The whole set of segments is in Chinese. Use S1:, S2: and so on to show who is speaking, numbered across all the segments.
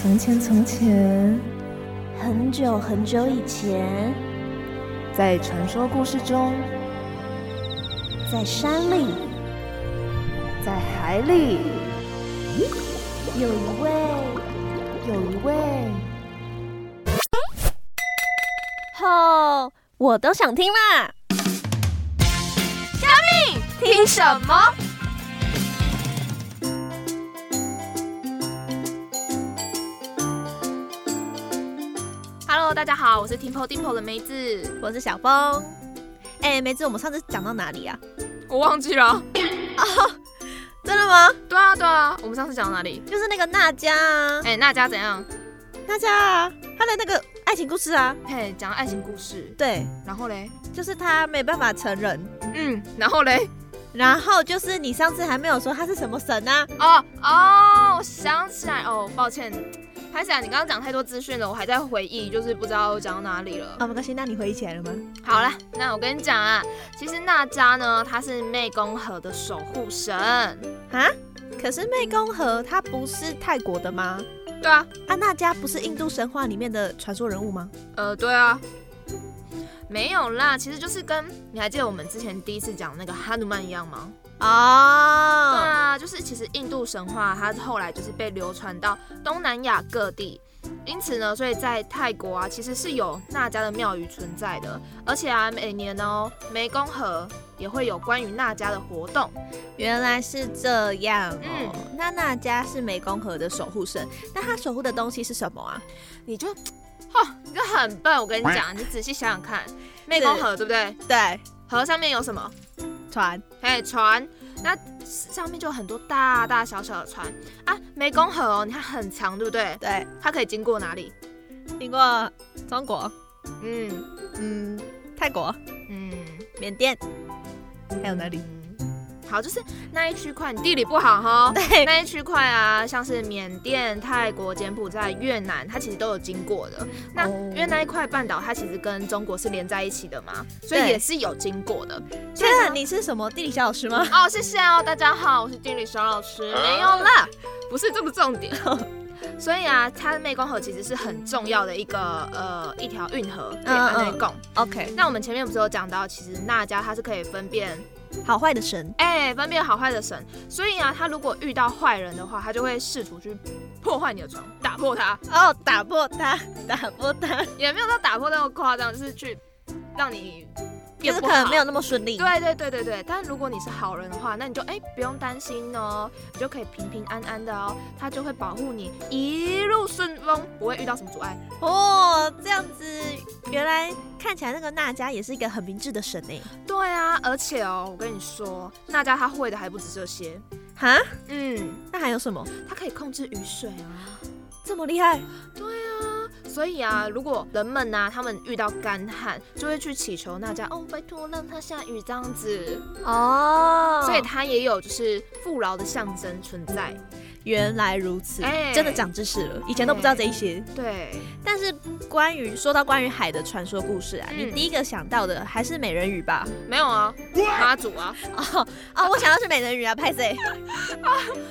S1: 从前，从前，
S2: 很久很久以前，
S1: 在传说故事中，
S2: 在山里
S1: 在海里，
S2: 有一位，有一位。吼！我都想听啦！
S3: 听什么？Hello，大家好，我是 Timple Dimple 的梅子，
S2: 我是小峰。哎、梅子，我们上次讲到哪里啊？
S3: 我忘记了。
S2: 真的吗？
S3: 对啊，对啊，我们上次讲到哪里？
S2: 就是那个娜迦啊，
S3: 哎、那家怎样？
S2: 娜迦啊，他的那个爱情故事啊，
S3: 嘿，讲爱情故事，
S2: 对，
S3: 然后嘞，
S2: 就是他没办法成人。
S3: 嗯，然后嘞，
S2: 然后就是你上次还没有说他是什么神啊？
S3: 哦哦，我想起来，哦，抱歉，潘想你刚刚讲太多资讯了，我还在回忆，就是不知道讲到哪里了。
S2: 啊，没关系，那你回忆起来了吗？
S3: 好啦，那我跟你讲啊，其实娜迦呢，她是湄公河的守护神。
S2: 啊？可是湄公河它不是泰国的吗？
S3: 对啊，
S2: 啊，娜迦不是印度神话里面的传说人物吗？
S3: 呃，对啊，没有啦，其实就是跟你还记得我们之前第一次讲那个哈努曼一样吗？对
S2: 哦，
S3: 啊，就是其实印度神话它后来就是被流传到东南亚各地。因此呢，所以在泰国啊，其实是有娜迦的庙宇存在的，而且啊，每年哦，湄公河也会有关于娜迦的活动。
S2: 原来是这样哦。那娜迦是湄公河的守护神，那他守护的东西是什么啊？
S3: 你就，哦，你就很笨。我跟你讲，你仔细想想看，湄公河对不对？
S2: 对，
S3: 河上面有什么？
S2: 船。
S3: 哎，船。那上面就有很多大大小小的船啊。湄公河哦，你看很长，对不对？
S2: 对，
S3: 它可以经过哪里？
S2: 经过中国，
S3: 嗯
S2: 嗯，泰国、
S3: 嗯，
S2: 缅甸，还有哪里？
S3: 好，就是那一区块，你地理不好哈。
S2: 对，
S3: 那一区块啊，像是缅甸、泰国、柬埔寨、越南，它其实都有经过的。那
S2: 哦
S3: 因为那一块半岛，它其实跟中国是连在一起的嘛，所以
S2: 对
S3: 也是有经过的。所以
S2: 天
S3: 呢
S2: 啊，你是什么地理小老师吗？
S3: 哦，谢谢哦，大家好，我是地理小老师。没有
S2: 啊
S3: 啦，不是这个重 点。所以啊，它湄公河其实是很重要的一个呃一条运河，可以
S2: 嗯
S3: 把内
S2: 嗯
S3: 贡。
S2: OK，
S3: 那我们前面不是有讲到，其实娜迦它是可以分辨，
S2: 好坏的神。
S3: 哎、分辨好坏的神。所以啊，他如果遇到坏人的话，他就会试图去破坏你的床，打破它，
S2: 哦，打破它，打破它，
S3: 也没有到打破那么夸张，就是去让你
S2: 就
S3: 变
S2: 是
S3: 不
S2: 可
S3: 好。
S2: 能没有那么顺利。
S3: 对对对对对，但如果你是好人的话，那你就哎、不用担心哦，你就可以平平安安的哦，他就会保护你一路顺风，不会遇到什么阻碍。
S2: 哦，这样子，原来看起来那个娜迦也是一个很明智的神欸诶。
S3: 对啊，而且哦，我跟你说，娜迦他会的还不止这些，
S2: 哈，
S3: 嗯，
S2: 那还有什么
S3: 他可以控制雨水啊。
S2: 这么厉害？
S3: 对啊，所以啊，如果人们呐、他们遇到干旱，就会去祈求娜迦哦，拜托让它下雨这样子，
S2: 哦
S3: 所以它也有就是富饶的象征存在。
S2: 原来如此，
S3: 哎
S2: 真的长知识了，以前都不知道这一些。
S3: 对，
S2: 但是关于说到关于海的传说故事啊，
S3: 嗯
S2: 你第一个想到的还是美人鱼吧？
S3: 没有啊，妈祖啊。
S2: 哦哦，我想到是美人鱼啊，派 谁？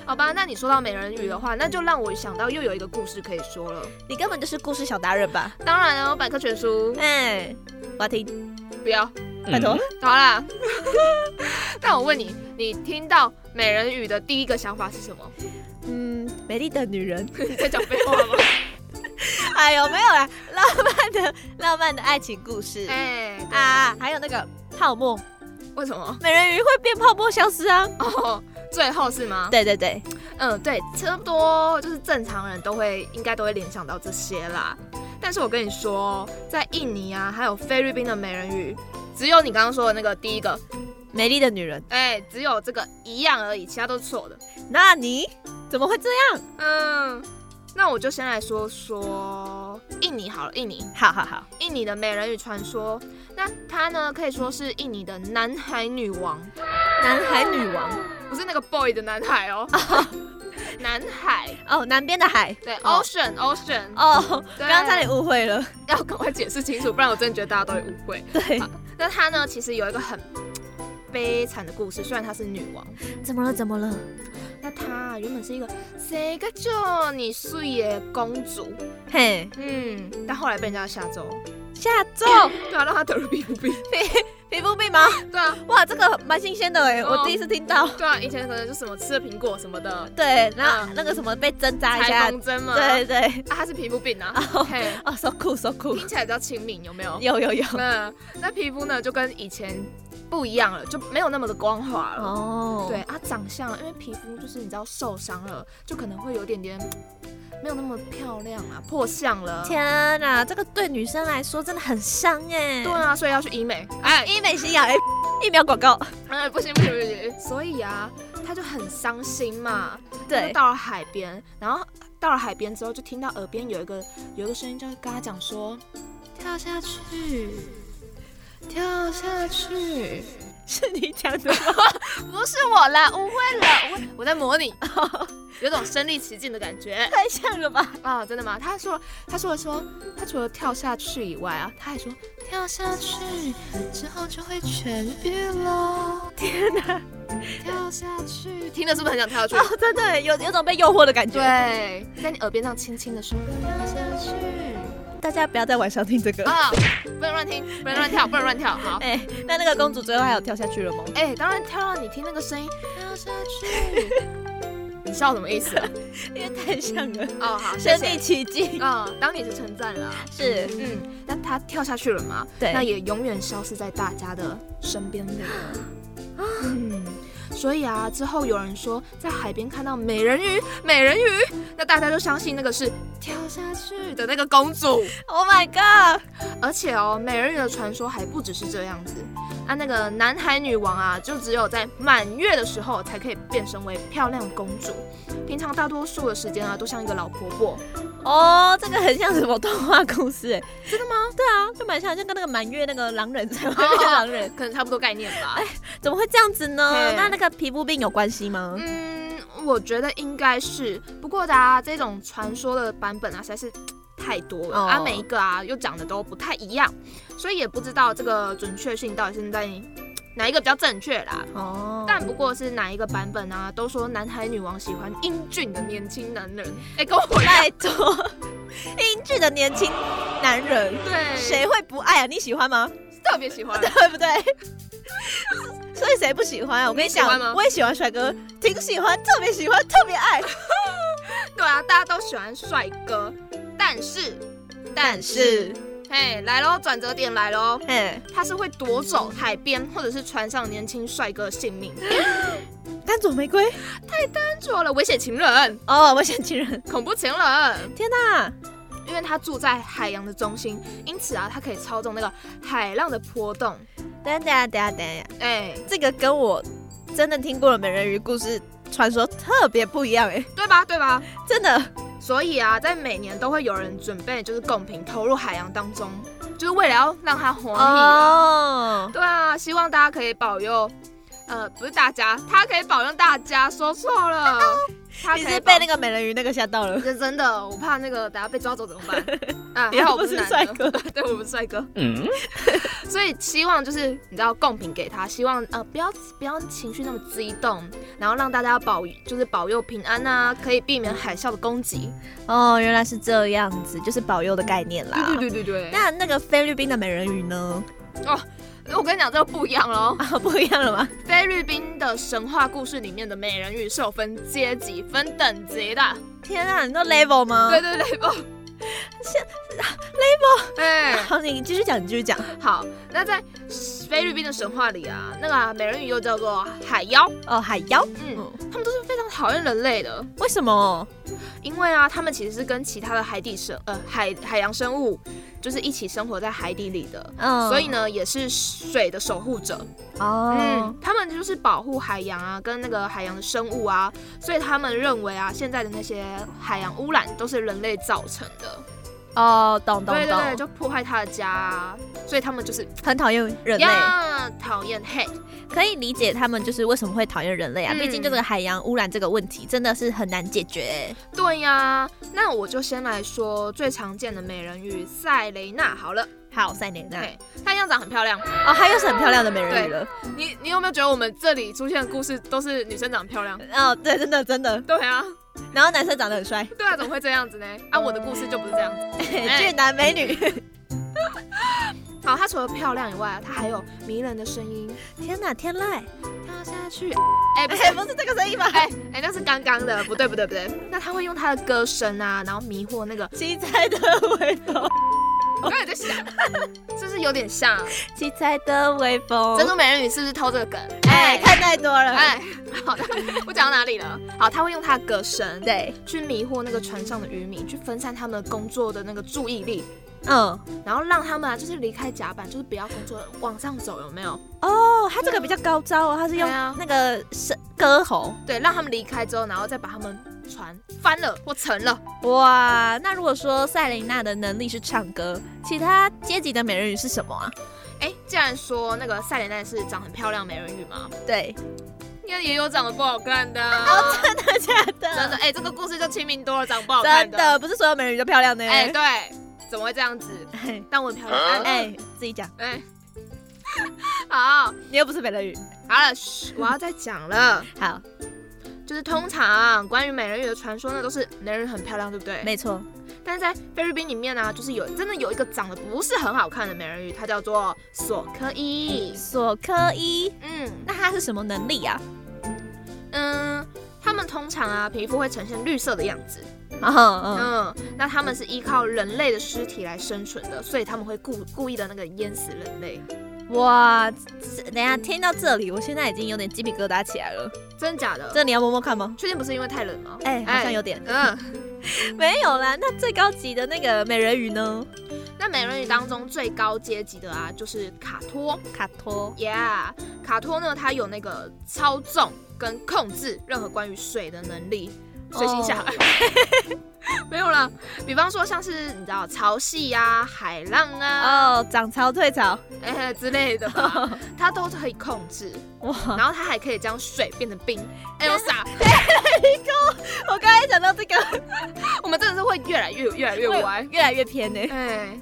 S3: 好吧，那你说到美人鱼的话，那就让我想到又有一个故事可以说了。
S2: 你根本就是故事小达人吧？
S3: 当然哦，百科全书
S2: 哎，我要听，
S3: 不要，
S2: 拜托。
S3: 好啦。 那我问你，你听到美人鱼的第一个想法是什 么？
S2: 嗯，美丽的女人。
S3: 你在讲废话吗？
S2: 哎呦，没有啦，浪漫的浪漫的爱情故事、
S3: 哎、
S2: 啊，还有那个泡沫
S3: 为什么？
S2: 美人鱼会变泡沫消失啊？
S3: 哦，最后是吗？
S2: 对对对，
S3: 嗯，对，差不多就是正常人都会应该都会联想到这些啦。但是我跟你说，在印尼啊，还有菲律宾的美人鱼，只有你刚刚说的那个第一个，
S2: 美丽的女人，
S3: 哎、只有这个一样而已，其他都是错的。
S2: 那你怎么会这样？
S3: 嗯，那我就先来说说印尼好了，印尼
S2: 好好好，
S3: 印尼的美人鱼传说，那她呢可以说是印尼的南海女王，
S2: 南海女王
S3: 不是那个 boy 的南海哦，南海
S2: 哦，南边的海
S3: 对
S2: 哦
S3: ocean ocean，
S2: 哦，
S3: 对
S2: 刚刚差点误会了，
S3: 要赶快解释清楚，不然我真的觉得大家都会误会。
S2: 对，
S3: 那她呢嗯其实有一个很悲惨的故事，虽然她是女王，
S2: 怎么了怎么了？
S3: 那她原本是一个谁个叫你睡耶公主，
S2: 嘿，
S3: 嗯，但后来被人家下咒，
S2: 下咒
S3: 对啊，让她得了皮肤病，
S2: 皮肤病吗？
S3: 对啊，
S2: 哇，这个蛮新鲜的哎，
S3: 哦
S2: 我第一次听到。
S3: 对啊，以前可能就什么吃了苹果什么的，
S2: 对，然后
S3: 嗯
S2: 那个什么被针扎一
S3: 裁
S2: 下，
S3: 缝针嘛，
S2: 对
S3: 啊，
S2: 对，
S3: 她是皮肤病啊，
S2: 哦
S3: 嘿，
S2: 哦，so cool，so cool，
S3: 听起来比较亲民，有没 有？
S2: 有有有，
S3: 那那皮肤呢，就跟以前不一样了，就没有那么的光滑了。
S2: 哦，
S3: 对，啊，长相，因为皮肤就是你知道受伤了，就可能会有点点没有那么漂亮啊，破相了。
S2: 天哪，这个对女生来说真的很伤哎。
S3: 对啊，所以要去医美。哎，
S2: 医美洗养哎，疫苗广告，
S3: 哎，不行不行不行。所以啊，他就很伤心嘛。他就
S2: 对，
S3: 到了海边，然后到了海边之后，就听到耳边有一个有一个声音，就跟他讲说：“跳下去，跳下去。”
S2: 是你讲的吗，
S3: 不是我啦，误会了，误会，我在模拟， 有种身临其境的感觉
S2: 太像了吧？
S3: 啊！真的吗？他说，他说了说，他除了跳下去以外啊，他还说跳下去之后就会痊愈喽。天哪， 跳下去，听了是不是很想跳下去？
S2: 哦，真的有有种被诱惑的感觉。，
S3: 对，在你耳边上轻轻的说跳下去
S2: 大家不要在晚上听这个。
S3: 啊，不能乱听，不能乱跳，不能乱跳，好。
S2: 哎、那那个公主最后还有跳下去了吗？
S3: 哎、当然跳到你听那个声音，跳下 去，你笑什么意思啊？
S2: 因为太像了，
S3: 哦，好，谢
S2: 身
S3: 谢
S2: 临。其境。
S3: 啊、当你是称赞了，啊
S2: 是，
S3: 嗯，那他跳下去了嘛？
S2: 对
S3: 那也永远消失在大家的身边里了。嗯，所以啊，之后有人说在海边看到美人鱼，美人鱼，那大家就相信那个是跳下去的那个公主。
S2: Oh my god！
S3: 而且哦，美人鱼的传说还不只是这样子。啊，那个南海女王啊，就只有在满月的时候才可以变身为漂亮公主，平常大多数的时间啊，都像一个老婆 婆。
S2: 哦、这个很像什么动画公司、哎，真的吗？哦对啊，就蛮像，就跟那个满月那个狼人在那个狼人，
S3: 可能差不多概念吧。
S2: 怎么会这样子呢
S3: 嘿？
S2: 那那个皮肤病有关系吗？
S3: 嗯，我觉得应该是，不过大家这种传说的版本啊，实在是太多了，
S2: 哦
S3: 啊，每一个啊又讲的都不太一样，所以也不知道这个准确性到底是在哪一个比较正确啦。
S2: 哦、
S3: 但不过是哪一个版本啊，都说南海女王喜欢英俊的年轻男人，哎、跟我一样
S2: 拜托，英俊的年轻男人，
S3: 对，
S2: 谁会不爱啊？你喜欢吗？
S3: 特别喜欢？
S2: 对不对？ 所以谁不喜欢啊？我跟你
S3: 你喜欢吗
S2: 讲，我也喜欢帅哥，挺喜欢，特别喜欢，特别爱。
S3: 对啊，大家都喜欢帅哥，但是，
S2: 但是，
S3: 哎，来喽，转折点来喽，
S2: 哎，
S3: 他是会夺走海边或者是船上年轻帅哥的性命。
S2: 单朵玫瑰
S3: 做了危险情人、
S2: 哦，危险情人，
S3: 恐怖情人，
S2: 天哪！
S3: 因为他住在海洋的中心，因此啊，他可以操纵那个海浪的波动。
S2: 等一下等一下等一下等一下，
S3: 哎、
S2: 这个跟我真的听过的美人鱼故事传说特别不一样哎，
S3: 对吧？对吧？
S2: 真的
S3: 所以啊，在每年都会有人准备就是贡品投入海洋当中，就是为了要让它活命。
S2: 哦。
S3: 对啊，希望大家可以保佑，呃，不是大家，他可以保佑大家，说错 了，他可
S2: 你
S3: 以
S2: 是被那
S3: 个。
S2: 个美人鱼那个吓到了？
S3: 是 真的，我怕那个等下被抓走怎么办？ 啊，
S2: 你
S3: 还
S2: 又
S3: 好我 不是
S2: 不是帅
S3: 男的
S2: 哥
S3: 对我不是帅哥。
S4: 嗯
S3: 所以希望就是你知道贡品给他，希望呃不要不要情绪那么激动，然后让大家保就是保佑平安啊，可以避免海啸的攻击。
S2: 哦，原来是这样子，就是保佑的概念啦。
S3: 对对对对对。
S2: 那那个菲律宾的美人鱼呢？
S3: 那我跟你讲，这个不一样喽。
S2: 啊， 不一样了吗？
S3: 菲律宾的神话故事里面的美人鱼是有分阶级、分等级的。
S2: 天啊，你都 level 吗？
S3: 对对对，不，啊
S2: 现
S3: label。哎，
S2: 好，你继续讲，你继续讲。
S3: 好，那在菲律宾的神话里啊，那个啊美人鱼又叫做海妖，
S2: 哦，海妖，
S3: 嗯，
S2: 嗯，
S3: 他们都是非常讨厌人类的。
S2: 为什么？
S3: 因为啊，他们其实是跟其他的海底生呃海海洋生物，就是一起生活在海底里的，
S2: 嗯
S3: 所以，呢，也是水的守护者。
S2: 哦
S3: 嗯，，他们就是保护海洋啊，跟那个海洋的生物啊，所以他们认为啊，现在的那些海洋污染都是人类造成的，
S2: 哦，懂懂
S3: 对对对，
S2: 懂，
S3: 就破坏他的家、啊，所以他们就是
S2: 很讨厌人类，
S3: 呀讨厌 hate。
S2: 可以理解他们就是为什么会讨厌人类啊。
S3: 嗯
S2: 毕竟这个海洋污染这个问题真的是很难解决。
S3: 对呀、那我就先来说最常见的美人鱼塞雷娜好了。
S2: 好，塞莲娜，
S3: 对，它一样长很漂亮。
S2: 哦，还有是很漂亮的美人鱼了。
S3: 你你有没有觉得我们这里出现的故事都是女生长漂亮？
S2: 哦，对，真的真的。
S3: 对啊，
S2: 然后男生长得很帅，
S3: 对啊，怎么会这样子呢？啊，我的故事就不是这样子。哎
S2: 俊男美女。
S3: 好，它除了漂亮以外，它还有迷人的声音。
S2: 天哪，天籁！
S3: 跳下去，哎、不是
S2: 哎，不是这个声音吧？
S3: 哎哎，那是刚刚的，不对不对不对。那他会用他的歌声啊，然后迷惑那个，
S2: 七彩的微 风，
S3: 我刚才在想，是不是有点像
S2: 七彩的微风
S3: 珍。珠美人鱼？是不是偷这个梗？
S2: 哎，看太多了。
S3: 哎，好的，我讲到哪里了？好，他会用他的歌声，，
S2: 对，
S3: 去迷惑那个船上的渔民，去分散他们工作的那个注意力，
S2: 嗯，
S3: 然后让他们啊，就是离开甲板，就是不要工作，往上走，有没有？
S2: 哦，他这个比较高招哦，他是用
S3: 对啊
S2: 那个声歌喉。
S3: 对，让他们离开之后，然后再把他们船翻了或沉了。
S2: 哇，那如果说赛琳娜的能力是唱歌，其他阶级的美人鱼是什么啊？
S3: 哎，既然说那个赛莲娜是长很漂亮美人鱼嘛，
S2: 对，
S3: 应该也有长得不好看的啊。
S2: 真的假的？
S3: 真的，哎、这个故事就亲民多了，长得不好看
S2: 真的，不是所有美人鱼都漂亮的。
S3: 哎、对，怎么会这样子？
S2: 哎，
S3: 但我很漂亮，哎、
S2: 哎，自己讲，
S3: 哎， 好，
S2: 你又不是美人鱼。
S3: 好了，嘘，我要再讲了，
S2: 好，
S3: 就是通常关于美人鱼的传说呢，都是美人鱼很漂亮，对不对？
S2: 没错。
S3: 但是在菲律宾里面呢、就是有真的有一个长得不是很好看的美人鱼，它叫做索科伊，
S2: 索科伊，
S3: 嗯
S2: 那他是什么能力啊？
S3: 嗯，他们通常啊皮肤会呈现绿色的样子，
S2: 嗯嗯，
S3: 嗯，那他们是依靠人类的尸体来生存的，所以他们会故故意的那个淹死人类，
S2: 哇，这等一下听到这里，我现在已经有点鸡皮疙瘩起来了。
S3: 真的假的？
S2: 这你要摸摸看吗？
S3: 确定不是因为太冷吗？
S2: 哎，好像有点。
S3: 嗯，
S2: 没有啦，那最高级的那个美人鱼呢？
S3: 那美人鱼当中最高阶级的啊，就是卡托
S2: 卡托。
S3: ，Yeah，卡托呢，它有那个操纵跟控制任何关于水的能力，
S2: 哦
S3: 水星下来。 没有了，比方说像是你知道潮汐呀、海浪啊，
S2: 哦，涨潮退潮，
S3: 哎、之类的吧，它都可以控制。
S2: 哇！
S3: 然后它还可以将水变成 冰。哎呦傻！
S2: 我刚才讲到这个，
S3: 我们真的是会越来越越来越 歪。
S2: 越来越偏呢、
S3: 哎，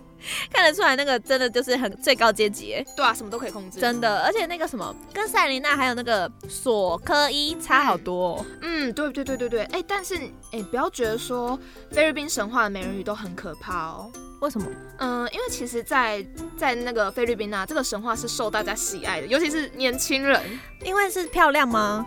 S2: 看得出来那个真的就是很最高阶级、欸，
S3: 对啊，什么都可以控制。
S2: 真的。而且那个什么，跟赛琳娜还有那个索科伊差好多、哦。
S3: 嗯，对对对对对。哎，但是哎，不要觉得说菲律宾神话的美人鱼都很可怕哦。
S2: 为什么？
S3: 嗯，因为其实在，在那个菲律宾啊，这个神话是受大家喜爱的，尤其是年轻人，
S2: 因为是漂亮吗？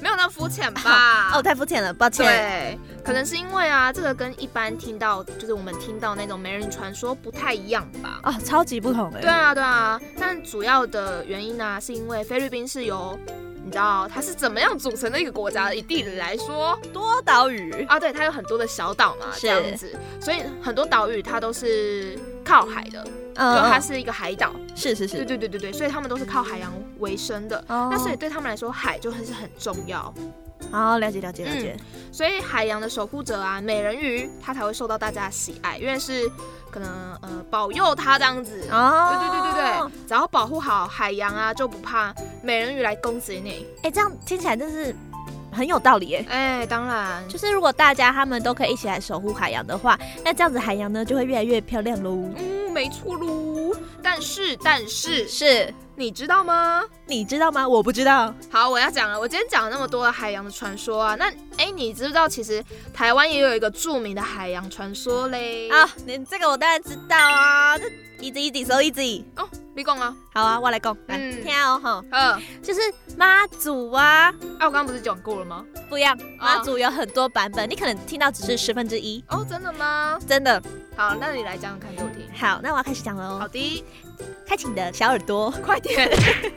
S3: 没有那么肤浅吧？
S2: 哦，太肤浅了，抱歉。
S3: 啊对，可能是因为啊，这个跟一般听到就是我们听到那种美人鱼传说不太一样吧？
S2: 哦，超级不同的、
S3: 对啊，对啊，但主要的原因呢、是因为菲律宾是由你知道它是怎么样组成的一个国家？以地理来说
S2: 多岛屿。
S3: 啊，对，它有很多的小岛嘛，
S2: 是
S3: 这样子，所以很多岛屿它都是靠海的，啊就
S2: 嗯
S3: 它
S2: 嗯
S3: 是一个海岛。
S2: 是是
S3: 对
S2: 是。
S3: 对对对对，所以他们都是靠海洋为生的。
S2: 哦
S3: 那所以对他们来说，海就很是很重要，
S2: 好，了解了解了解。
S3: 所以海洋的守护者啊，美人鱼，它才会受到大家的喜爱，因为是可能呃保佑它这样子。对对嗯对对
S2: 哦，
S3: 对，只要保护好海洋啊，就不怕美人鱼来攻击你。
S2: 对对。哎、这样听起来真是很有道理耶、
S3: 哎、当然，
S2: 就是如果大家他们都可以一起来守护海洋的话，那这样子海洋呢就会越来越漂亮喽。
S3: 嗯，没错喽。但是，但是，
S2: 是，
S3: 你知道吗？
S2: 你知道吗？我不知道。
S3: 好，我要讲了。我今天讲了那么多的海洋的传说啊，那哎、你知不知道其实台湾也有一个著名的海洋传说嘞？
S2: 啊，你这个我当然知道啊，这 easy easy so easy。
S3: 哦，你讲啊，
S2: 好啊，我来讲，来、
S3: 嗯
S2: 听哦吼，
S3: 呃，
S2: 就是妈祖啊，
S3: 啊，我刚刚不是讲过了吗？
S2: 不一样，妈祖有很多版本，你可能听到只是十分之一，
S3: 哦，真的吗？
S2: 真的。
S3: 好，那你来讲讲看给我听。
S2: 好，那我要开始讲了
S3: 好
S2: 哦，
S3: 的，
S2: 开启你的小耳朵，快点。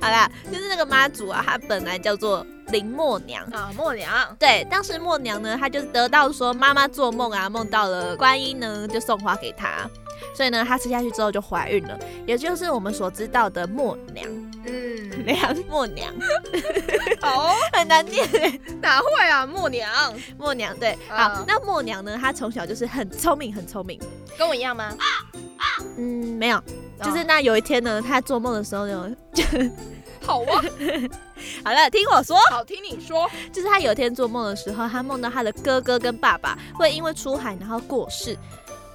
S2: 好啦，就是那个妈祖啊，她本来叫做林默娘，
S3: 啊，默娘，
S2: 对，当时默娘呢，她就得到说妈妈做梦啊，梦到了观音呢，就送花给她，所以呢，她吃下去之后就怀孕了，也就是我们所知道的默娘
S3: 嗯，
S2: 娘 默娘，
S3: 哦，
S2: 很难念
S3: 哪会啊，默娘，
S2: 默娘。对，
S3: 嗯
S2: 好，那默娘呢，她从小就是很聪明，很聪明。
S3: 跟我一样吗？
S2: 嗯，没有，
S3: 啊
S2: 就是那有一天呢，她做梦的时候呢，
S3: 好啊，
S2: 好了，听我说，
S3: 好听你说。
S2: 就是她有一天做梦的时候，她梦到她的哥哥跟爸爸会因为出海然后过世。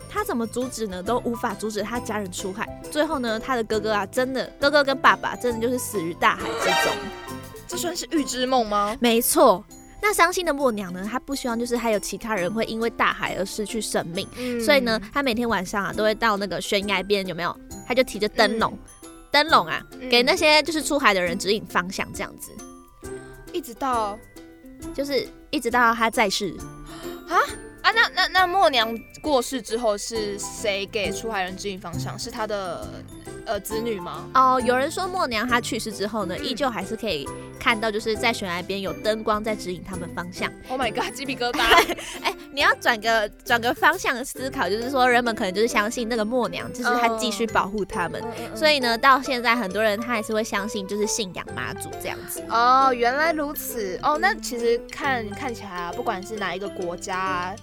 S2: 他怎么阻止呢，都无法阻止他家人出海。最后呢，他的哥哥啊，真的哥哥跟爸爸真的就是死于大海之中。
S3: 这算是预知梦吗？
S2: 没错。那伤心的默娘呢？她不希望就是还有其他人会因为大海而失去生命，
S3: 嗯
S2: 所以呢，，她每天晚上啊都会到那个悬崖边，有没有？她就提着灯笼，灯笼啊，
S3: 嗯
S2: 给那些就是出海的人指引方向，这样子，
S3: 一直到
S2: 就是一直到她在世。
S3: 啊，那那那默娘过世之后是谁给出海人指引方向？是她的呃子女吗？
S2: 哦，有人说默娘她去世之后呢，
S3: 嗯
S2: 依旧还是可以看到就是在悬崖边有灯光在指引他们方向。
S3: Oh my god，鸡皮疙瘩。
S2: 哎、你要转个转个方向思考，就是说人们可能就是相信那个默娘，就是她继续保护他们。所
S3: 以
S2: 以呢，到现在很多人他还是会相信，就是信仰妈祖这样子。
S3: 哦，原来如此哦。那其实看看起来、啊，不管是哪一个国家啊，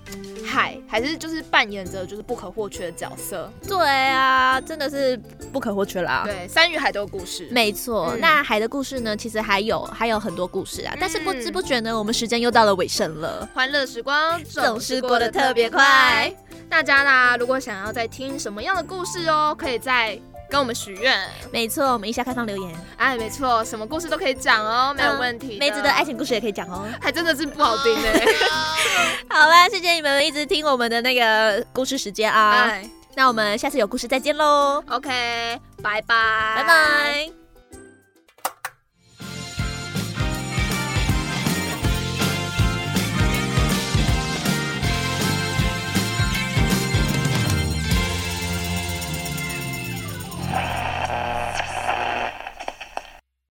S3: 海还是就是扮演着就是不可或缺的角色。
S2: 对啊，真的是不可或缺啦。
S3: 对，山与海都有故事。
S2: 啊没错，
S3: 嗯
S2: 那海的故事呢，其实还有还有很多故事啊，但是不知
S3: 嗯
S2: 不觉呢，我们时间又到了尾声了。
S3: 欢乐时光
S2: 总是过得特别快。
S3: 大家啦，如果想要再听什么样的故事哦，可以再跟我们许愿。
S2: 没错，我们一下开放留言，
S3: 哎，没错，什么故事都可以讲哦，没有
S2: 嗯
S3: 问题。
S2: 梅子的爱，情故事也可以讲哦。
S3: 还真的是不好听 哎。
S2: 好啦，谢谢你们一直听我们的那个故事时间啊，
S3: 哎
S2: 那我们下次有故事再见喽，
S3: ，OK，拜拜，
S2: 拜。拜。